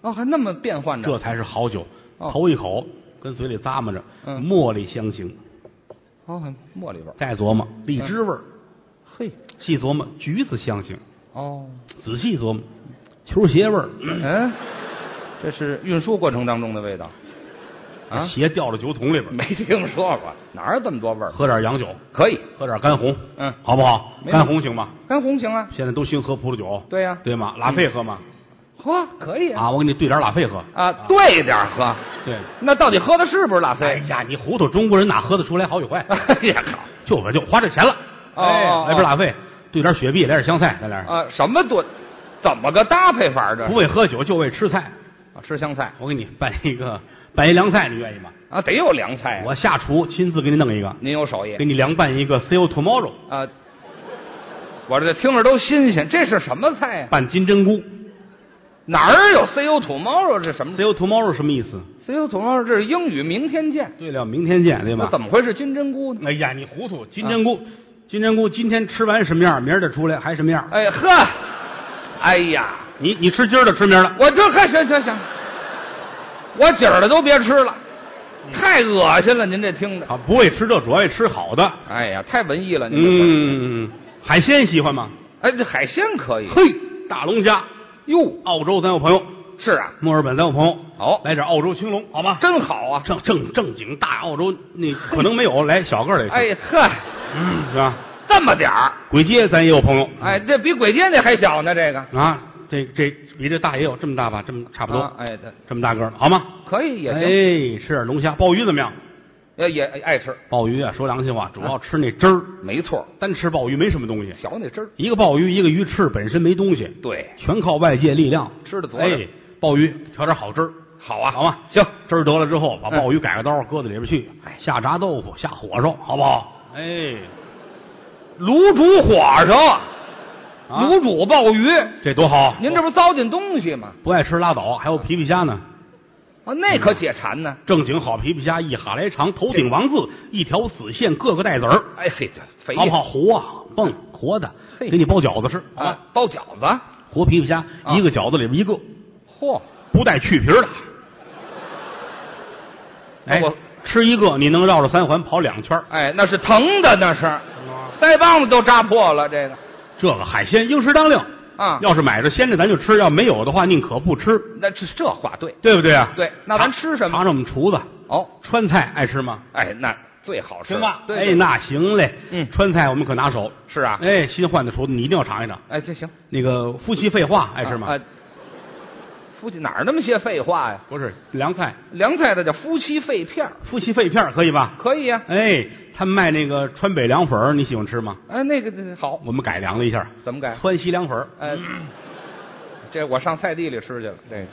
S2: 哦，还那么变换着
S1: 这才是好酒。
S2: 哦
S1: 头一口跟嘴里咂摸着，
S2: 嗯
S1: 茉莉香型，
S2: 哦，还茉莉味儿，
S1: 再琢磨荔枝
S2: 嗯
S1: 味儿，
S2: 嘿
S1: 细琢磨橘子香型，
S2: 哦，
S1: 仔细琢磨球鞋味儿，
S2: 嗯，这是运输过程当中的味道啊，
S1: 鞋掉到酒桶里边儿。
S2: 没听说过，哪有这么多味儿？
S1: 喝点洋酒，
S2: 可以，
S1: 喝点干红，
S2: 嗯
S1: 好不好？
S2: 没问题
S1: 干红行吗？
S2: 干红行啊，
S1: 现在都兴喝葡萄酒，
S2: 对呀
S1: 对吗？拉菲喝吗？
S2: 喝可以啊
S1: 啊，我给你兑点拉菲喝。
S2: 啊，对点儿喝，
S1: 对，
S2: 那到底喝的是不是拉
S1: 哎
S2: 菲？
S1: 呀，你糊涂，中国人哪喝得出来好与坏？
S2: 哎呀靠！
S1: 就我就花这钱了。
S2: 哦哦
S1: 哎，
S2: 哦
S1: 来瓶拉菲，兑点雪碧，来点香菜，咱俩
S2: 啊，什么多，怎么个搭配法儿这
S1: 不
S2: 是？
S1: 为喝酒，就为吃菜。
S2: 啊吃香菜
S1: 我给你拌一个拌一凉菜，你愿意吗？
S2: 啊，得有凉菜啊。
S1: 我下厨亲自给你弄一个，
S2: 您有手艺
S1: 给你凉拌一个 See you tomorrow，
S2: 啊？我这听着都新鲜，这是什么菜呀、
S1: 拌金针菇。
S2: 哪儿有 “see you tomorrow” 这什么
S1: See you tomorrow 什么意思？
S2: “see you tomorrow”？这是英语“明天见
S1: 对了，明天见，”，对
S2: 那
S1: 吗？
S2: 怎么会是金针菇呢？
S1: 哎呀，你糊涂，金针菇金针菇今天吃完什么样，明儿再出来还什么样。
S2: 哎呵，哎呀，
S1: 你你吃今儿的，吃明儿的，
S2: 我这可行行行，我今儿的都别吃了，
S1: 嗯
S2: 太恶心了，您这听着。
S1: 啊，不为吃这，主要为吃好的。
S2: 哎呀，太文艺了，您这个。
S1: 嗯，海鲜喜欢吗？
S2: 哎，这海鲜可以。
S1: 嘿，大龙虾，
S2: 哟，
S1: 澳洲咱有朋友，
S2: 是啊，
S1: 墨尔本咱有朋友，
S2: 好
S1: 来点澳洲青龙好吗？
S2: 真好啊。
S1: 正正正经大澳洲 那可能没有，来小个儿的，
S2: 哎呵，
S1: 嗯，是吧？
S2: 这么点儿，
S1: 鬼街咱也有朋友，
S2: 哎，这比鬼街那还小呢，这个。
S1: 啊，这这比这大也有这么大吧，这么差不多，
S2: 啊哎，对，
S1: 这么大个儿了，好吗？
S2: 可以也行，
S1: 哎，吃点龙虾、鲍鱼怎么样？哎
S2: 也也爱吃，
S1: 鲍鱼啊，说良心话，主要吃那汁儿，
S2: 没错，
S1: 单吃鲍鱼没什么东西。
S2: 调那汁儿。
S1: 一个鲍鱼，一个鱼翅本身没东西，
S2: 对，
S1: 全靠外界力量。
S2: 吃得足着
S1: 哎，鲍鱼调点好汁儿，
S2: 好啊，
S1: 好吗？
S2: 行，
S1: 汁儿得了之后，把
S2: 嗯哎
S1: 鲍鱼改个刀，搁到里边去，下炸豆腐，下火烧，好不好？哎，
S2: 卤煮火烧，
S1: 啊
S2: 卤煮鲍鱼，
S1: 这多好！
S2: 您这不糟践东西吗？
S1: 不爱吃拉倒，还有皮皮虾呢。
S2: 啊，那
S1: 嗯
S2: 可解馋呢。
S1: 正经好皮皮虾，一哈来长，头顶王字，一条死线，个个带籽儿，
S2: 哎嘿，这肥
S1: 好不好？活啊，蹦活的，
S2: 嘿
S1: 给你包饺子吃，好吧？
S2: 啊，包饺子，
S1: 活皮皮虾，一个饺子里边一个，
S2: 嚯，
S1: 不带去皮儿的。哎
S2: 我，
S1: 吃一个你能绕着三环跑两圈儿，
S2: 哎，那是疼的，那是，腮帮子都扎破了，这个
S1: 这个海鲜应时当令。
S2: 啊，
S1: 要是买着鲜着咱就吃，要没有的话宁可不吃，
S2: 那这这话对
S1: 对不对啊？
S2: 对，那咱吃什
S1: 尝
S2: 么？
S1: 尝我们厨子
S2: 哦，
S1: 川菜爱吃吗？
S2: 哎，那最好吃
S1: 行吧，
S2: 对
S1: 哎，
S2: 对
S1: 那行嘞，
S2: 嗯
S1: 川菜我们可拿手。
S2: 是啊，
S1: 哎，新换的厨子你一定要尝一尝。
S2: 哎，这行，
S1: 那个夫妻肺话爱吃吗？
S2: 啊，啊夫妻哪儿那么些废话呀？
S1: 不是凉菜，
S2: 凉菜的叫夫妻肺片儿
S1: 夫妻肺片儿可以吧？
S2: 可以呀、啊
S1: 哎，他们卖那个川北凉粉儿，你喜欢吃吗？
S2: 哎，那个那个好，
S1: 我们改良了一下，
S2: 怎么改？
S1: 川西凉粉儿，
S2: 哎，这我上菜地里吃去了。这个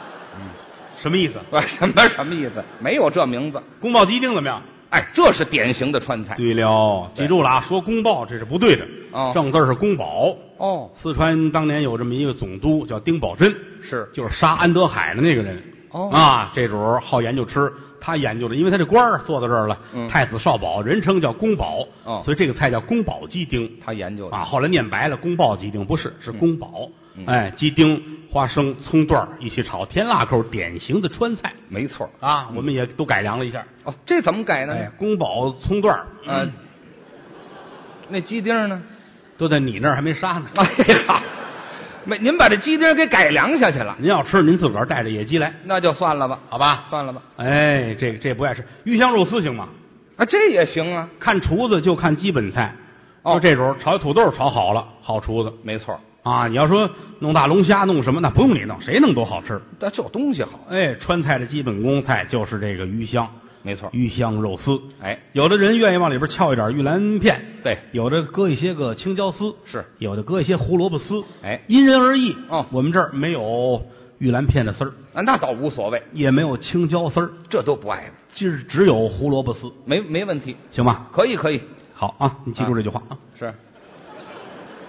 S1: 什么意思？
S2: 我什么什么意思？没有这名字。
S1: 宫保鸡丁怎么样？
S2: 哎，这是典型的川菜。
S1: 对了，记住了啊，说宫爆这是不对的，
S2: 哦
S1: 正字儿是宫保。
S2: 哦，
S1: 四川当年有这么一个总督叫丁宝桢，
S2: 是
S1: 就是杀安德海的那个人。
S2: 哦
S1: 啊，这主儿好研究吃，他研究的，因为他这官儿坐到这儿了，
S2: 嗯
S1: 太子少保，人称叫宫保，
S2: 哦
S1: 所以这个菜叫宫保鸡丁
S2: 他研究的。
S1: 啊。后来念白了，宫爆鸡丁不是，是宫保。
S2: 嗯
S1: 哎，鸡丁、花生、葱段儿一起炒，甜辣口，典型的川菜
S2: 没错儿。
S1: 啊。我们也都改良了一下，
S2: 哦，这怎么嗯改呢？
S1: 哎，宫保葱段儿
S2: 嗯、那鸡丁呢？
S1: 都在你那儿还没杀呢。
S2: 哎呀，没，您把这鸡丁给改良下去了，
S1: 您要吃，您自个儿带着野鸡来，
S2: 那就算了吧，
S1: 好吧？
S2: 算了吧。
S1: 哎，这这不爱吃鱼香肉丝行吗？
S2: 啊，这也行啊。
S1: 看厨子就看基本菜。
S2: 哦
S1: 说这时候炒土豆炒好了，好厨子
S2: 没错儿，
S1: 啊！你要说弄大龙虾弄什么，那不用你弄，谁弄都好吃。
S2: 但这东西好。
S1: 哎，川菜的基本功菜就是这个鱼香，
S2: 没错儿。
S1: 鱼香肉丝。
S2: 哎，
S1: 有的人愿意往里边翘一点玉兰片，
S2: 对，
S1: 有的搁一些个青椒丝，
S2: 是
S1: 有的搁一些胡萝卜丝，
S2: 哎
S1: 因人而异。
S2: 哦
S1: 我们这儿没有玉兰片的丝儿，
S2: 啊，那倒无所谓，
S1: 也没有青椒丝儿，
S2: 这都不碍着，
S1: 今儿只有胡萝卜丝，
S2: 没没问题，
S1: 行吧？
S2: 可以可以。
S1: 好啊，你记住这句话啊
S2: 是，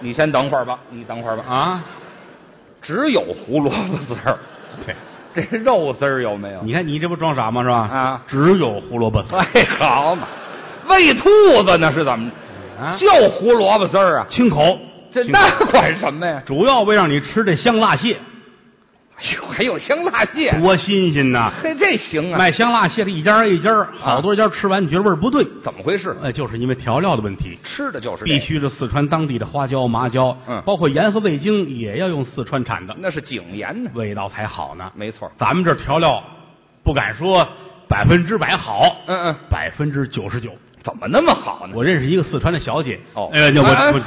S2: 你先等会儿吧，你等会儿吧啊！
S1: 啊！
S2: 只有胡萝卜丝儿，
S1: 对，
S2: 这肉丝儿有没有？
S1: 你看你这不装傻吗？是吧？
S2: 啊
S1: 只有胡萝卜丝
S2: 哎，好嘛，喂兔子呢是怎么着？
S1: 啊，
S2: 就胡萝卜丝儿啊，
S1: 清口，
S2: 这
S1: 清口
S2: 那管什么呀？
S1: 主要为让你吃这香辣蟹，
S2: 哎呦，还有香辣蟹，
S1: 多新鲜呐！
S2: 嘿，这行啊？
S1: 卖香辣蟹的一家儿一家儿，好多家儿吃完你觉得味儿不对，
S2: 怎么回事？
S1: 呃，就是因为调料的问题，
S2: 吃的就是这
S1: 必
S2: 个，
S1: 须是四川当地的花椒、麻椒，
S2: 嗯
S1: 包括盐和味精也要用四川产的，
S2: 那是井盐呢，
S1: 味道才好呢。
S2: 没错儿。
S1: 咱们这调料不敢说百分之百好，
S2: 嗯嗯，
S1: 百分之九十九。
S2: 怎么那么好呢？
S1: 我认识一个四川的小姐，
S2: 哦
S1: 哎，那
S2: 哎
S1: 我我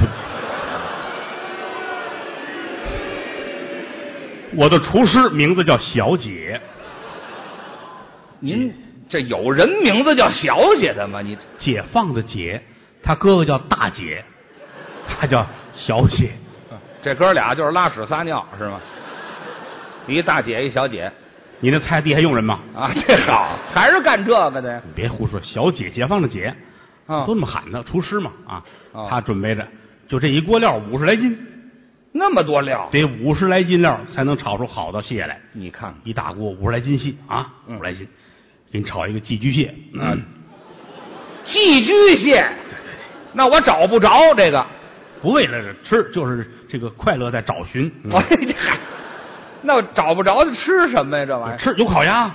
S1: 我的厨师名字叫小姐，
S2: 您这有人名字叫小姐的吗？你
S1: 解放的解，她哥哥叫大姐，她叫小姐，
S2: 这哥俩就是拉屎撒尿是吗？ 一大姐一小姐
S1: 你那菜地还用人吗？
S2: 啊， 这好，还是干这个的呀？
S1: 你别胡说，小姐，解放的解，
S2: 啊
S1: 都，那么喊的，厨师嘛啊
S2: 哦，
S1: 他准备着就这一锅料五十来斤，
S2: 那么多料，
S1: 得五十来斤料才能炒出好的蟹来，
S2: 你看
S1: 一大锅五十来斤蟹啊，五
S2: 嗯
S1: 十来斤，啊给你炒一个寄居蟹，
S2: 看，寄居蟹，那我找不着这个。
S1: 不为了吃，就是这个快乐在找寻。嗯
S2: 我这嗨哎 那我找不着吃什么呀？这玩意儿
S1: 啊吃有烤鸭，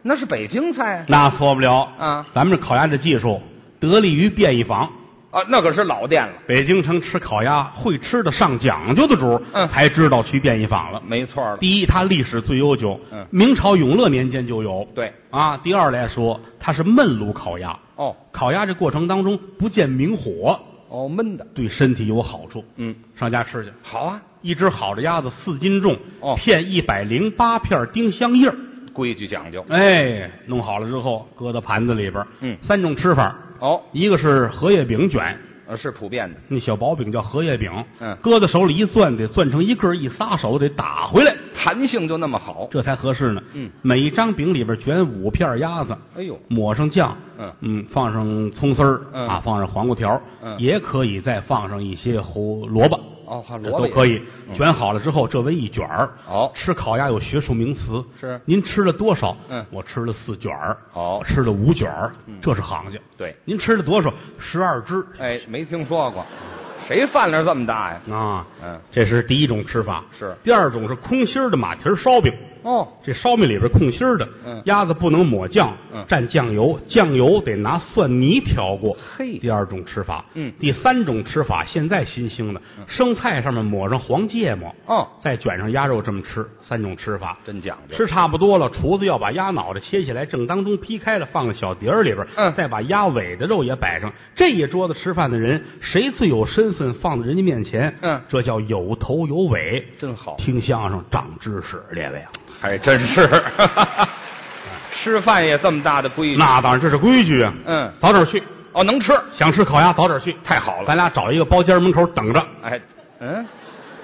S2: 那是北京菜啊
S1: 那错不了。
S2: 嗯
S1: 咱们这烤鸭这技术得力于便宜坊。
S2: 啊，那可是老店了，
S1: 北京城吃烤鸭，会吃的上讲究的主，
S2: 嗯
S1: 才知道去便宜坊了。
S2: 没错了。
S1: 第一，它历史最悠久，
S2: 嗯
S1: 明朝永乐年间就有。
S2: 对
S1: 啊，第二来说，它是焖炉烤鸭，
S2: 哦
S1: 烤鸭这过程当中不见明火，
S2: 哦，焖的，
S1: 对身体有好处。
S2: 嗯，
S1: 上家吃去，
S2: 好啊，
S1: 一只好的鸭子四斤重，
S2: 哦
S1: 片一百零八片丁香叶儿
S2: 规矩讲究。
S1: 哎，弄好了之后搁到盘子里边儿
S2: 嗯
S1: 三种吃法，
S2: 哦，
S1: 一个是荷叶饼卷，
S2: 呃是普遍的。
S1: 那小薄饼叫荷叶饼，
S2: 嗯
S1: 搁到手里一攥，得攥成一个儿，一撒手得打回来，
S2: 弹性就那么好。
S1: 这才合适呢。
S2: 嗯，
S1: 每一张饼里边卷五片鸭子，
S2: 哎呦，
S1: 抹上酱，
S2: 嗯
S1: 放上葱丝儿，
S2: 嗯
S1: 啊，放上黄瓜条儿，
S2: 嗯
S1: 也可以再放上一些胡萝卜，
S2: 哦，还
S1: 这
S2: 萝卜
S1: 都
S2: 也
S1: 可以。
S2: 嗯
S1: 卷好了之后，这为一卷儿。
S2: 哦
S1: 吃烤鸭有学术名词，
S2: 是
S1: 您吃了多少？
S2: 嗯
S1: 我吃了四卷儿，
S2: 好嗯
S1: 我吃了五卷儿，这是行家。
S2: 对，
S1: 您吃了多少？十二只
S2: 哎，没听说过，谁饭量这么大呀？
S1: 啊。
S2: 嗯，
S1: 这是第一种吃法。
S2: 是
S1: 第二种是空心儿的马蹄儿烧饼，
S2: 哦，
S1: 这烧饼里边空心儿的，
S2: 嗯
S1: 鸭子不能抹酱，
S2: 嗯
S1: 蘸酱油，酱油得拿蒜泥调过。
S2: 嘿
S1: 第二种吃法，
S2: 嗯
S1: 第三种吃法现在新兴的，生菜上面抹上黄芥末，
S2: 哦，
S1: 再卷上鸭肉这么吃，三种吃法。
S2: 真讲究。
S1: 吃差不多了，厨子要把鸭脑袋切下来，正当中劈开了，放在小碟儿里边，
S2: 嗯
S1: 再把鸭尾的肉也摆上。这一桌子吃饭的人，谁最有身份，放在人家面前，
S2: 嗯
S1: 这叫有头有尾。
S2: 真好
S1: 听相声长知识，列位啊，
S2: 还真是。 吃饭也这么大的规矩。
S1: 那当然这是规矩啊。
S2: 嗯
S1: 早点去，
S2: 哦，能吃。
S1: 想吃烤鸭早点去，太好了。咱俩找一个包间门口等着，
S2: 哎，嗯，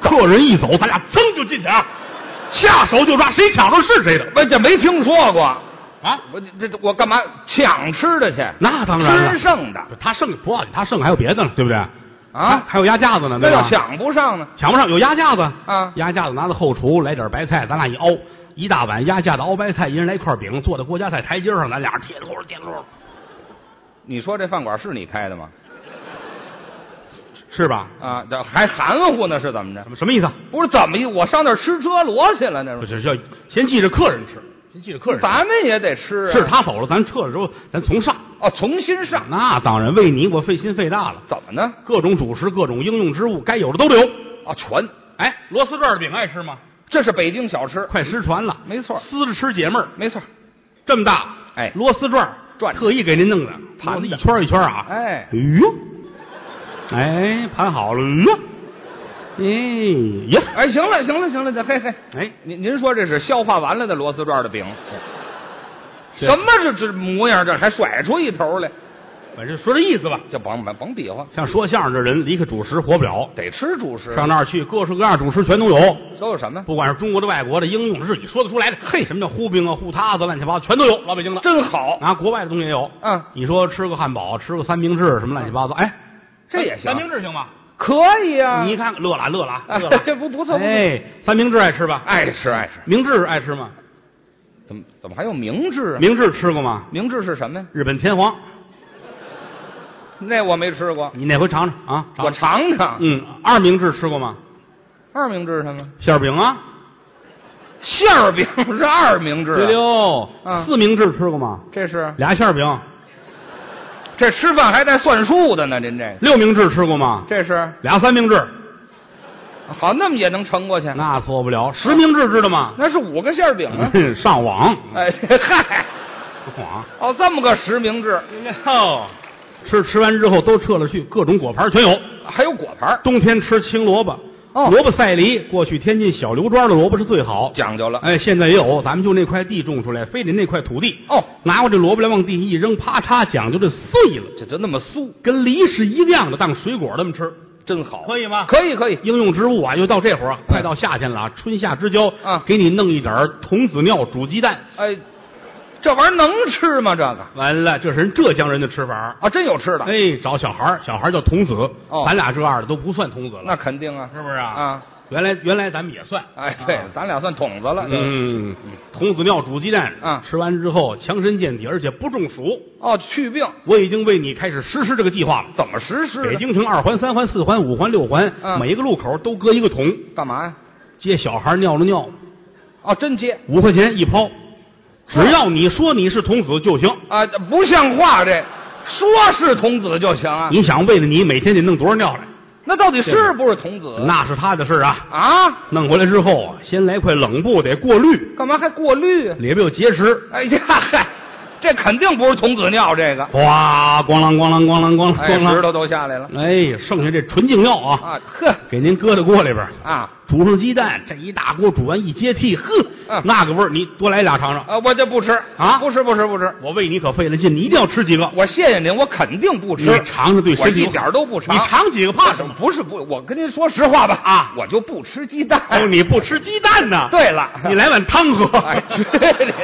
S1: 客人一走，咱俩噌就进去啊，下手就抓，谁抢着是谁的
S2: 我这没听说过。
S1: 啊。
S2: 我这这我干嘛抢吃的去？
S1: 那当然了
S2: 吃剩的，
S1: 他剩不要紧，他剩还有别的呢，对不对？
S2: 啊
S1: 还有鸭架子呢，
S2: 那
S1: 对吧
S2: 要抢不上呢。
S1: 抢不上，有鸭架子
S2: 啊
S1: 鸭架子拿到后厨来点白菜，咱俩一熬，一大碗鸭架子熬白菜，一人来一块饼，坐在锅夹菜台阶上，咱俩铁溜儿铁溜儿，
S2: 你说这饭馆是你开的吗？
S1: 是吧？
S2: 啊，这还含糊呢，是怎么着
S1: 什？么什么意思啊？
S2: 不是怎么一，我上那儿吃车螺去了，那
S1: 不
S2: 是
S1: 是叫先记着客人吃，先记着客人吃。
S2: 咱们也得吃啊。
S1: 是他走了，咱撤了之后，咱从上。
S2: 哦，从新上
S1: 那当然，为你我费心费大了，
S2: 怎么呢？
S1: 各种主食、各种应用之物，该有的都得有。
S2: 啊，全，
S1: 哎，螺丝转的饼爱吃吗？
S2: 这是北京小吃，
S1: 快失传了，
S2: 没错
S1: 撕着吃解闷儿。
S2: 没错。
S1: 这么大，
S2: 哎
S1: 螺丝转儿
S2: 转着
S1: 特意给您弄的，盘
S2: 盘
S1: 子
S2: 的
S1: 一圈儿一圈儿啊，
S2: 哎
S1: 哎呦，哎，盘好了，哎呦，哎呀，
S2: 哎，行了，行了，行了，这嘿嘿，
S1: 哎，
S2: 您您说这是消化完了的螺丝转的饼，
S1: 是
S2: 什么是这模样？这还甩出一头来，
S1: 反正说这意思吧，
S2: 就甭甭甭比划，
S1: 像说相声这人离开主食活不了，
S2: 得吃主食。
S1: 上那儿去，各式各样主食全都有，
S2: 都有什么？
S1: 不管是中国的、外国的、应用的，是你说得出来的。嘿，什么叫糊饼啊、糊塌子、乱七八糟，全都有，老北京的。
S2: 真好，
S1: 拿国外的东西也有，
S2: 嗯
S1: 你说吃个汉堡，吃个三明治，什么乱七八糟，哎，
S2: 这也行
S1: 三，明治行吗？
S2: 可以啊。
S1: 你看看乐了乐了
S2: 啊，
S1: 乐了
S2: 这不不错不错
S1: 哎，三明治爱吃吧？哎
S2: 爱吃爱吃，
S1: 明治爱吃吗？
S2: 怎么怎么还有明治啊？
S1: 明治吃过吗？
S2: 明治是什么呀？
S1: 日本天皇，
S2: 那我没吃过，
S1: 你哪回尝尝啊？
S2: 我尝尝。
S1: 嗯，二明治吃过吗？
S2: 二明治是什么？
S1: 馅儿饼啊，
S2: 馅儿饼是二明治啊，
S1: 对溜。
S2: 嗯
S1: 四明治吃过吗？
S2: 这是
S1: 俩馅儿饼。
S2: 这吃饭还带算数的呢，您这
S1: 六明治吃过吗？
S2: 这是
S1: 俩三明治，
S2: 好，那么也能盛过去？
S1: 那错不了。十明治知道吗？
S2: 那是五个馅儿饼 啊！
S1: 上网，
S2: 哎嗨，
S1: 上网。
S2: 哦，这么个实名制，哦
S1: 哟，吃吃完之后都撤了去，各种果盘全有。
S2: 还有果盘儿，
S1: 冬天吃青萝卜，
S2: 哦
S1: 萝卜赛梨，过去天津小刘庄的萝卜是最好。
S2: 讲究了。
S1: 哎，现在也有，咱们就那块地种出来，非得那块土地。
S2: 哦，
S1: 拿过这萝卜来往地一扔，啪嚓，讲究这碎了，
S2: 这就那么酥，
S1: 跟梨是一样的，当水果那么吃，
S2: 真好，
S1: 可以吗？
S2: 可以可以。
S1: 应用植物啊，又到这会儿啊，快到夏天了啊，春夏之交，
S2: 嗯
S1: 给你弄一点儿童子尿煮鸡蛋，
S2: 哎，这玩意儿能吃吗？这个
S1: 完了，这是人浙江人的吃法儿。
S2: 啊，真有吃的，
S1: 哎哎，找小孩儿小孩儿叫童子，
S2: 哦
S1: 咱俩这样的都不算童子了，
S2: 那肯定啊，
S1: 是不是啊？
S2: 啊，
S1: 原来原来咱们也算，
S2: 哎，对
S1: 啊，
S2: 咱俩算筒子了。
S1: 嗯，童子尿煮鸡蛋，
S2: 嗯
S1: 吃完之后强身健体，而且不中暑。
S2: 哦，去病
S1: 我已经为你开始实施这个计划了。
S2: 怎么实施的？
S1: 北京城二环、三环、四环、五环、六环，
S2: 啊嗯
S1: 每一个路口都搁一个桶，
S2: 干嘛呀？
S1: 接小孩尿了尿，
S2: 哦，真接
S1: 五块钱一
S2: 嗯
S1: 抛，只要你说你是童子就行。
S2: 啊，这不像话这，说是童子就行啊。
S1: 你想为了你每天得弄多少尿来？
S2: 那到底是不是童子？
S1: 那是他的事儿啊。
S2: 啊，
S1: 弄回来之后啊，先来块冷布，得过滤，
S2: 干嘛还过滤啊？
S1: 里边有结石，
S2: 哎呀，嗨，这肯定不是童子尿，这个，
S1: 哗，咣啷咣啷咣啷咣啷
S2: 哎，
S1: 咣
S2: 石
S1: 啷，
S2: 头都下来了
S1: 哎，剩下这纯净尿啊，
S2: 啊，呵
S1: 给您搁到锅里边儿，
S2: 啊
S1: 煮上鸡蛋，这一大锅煮完一接屉，呵
S2: 嗯，
S1: 那个味儿，你多来俩尝尝。
S2: 啊，我就不吃
S1: 啊
S2: 不吃不吃不吃，
S1: 我为你可费了劲，你一定要吃几个。
S2: 我谢谢您，我肯定不吃
S1: 你，尝尝对
S2: 我
S1: 身体
S2: 一
S1: 有
S2: 点儿都不尝，
S1: 你尝几个怕什么？
S2: 不是不，我跟您说实话吧，
S1: 啊
S2: 我就不吃鸡蛋。
S1: 哦，你不吃鸡蛋呢？
S2: 哎对了， 哎
S1: 你来碗汤喝。
S2: 哎，对的。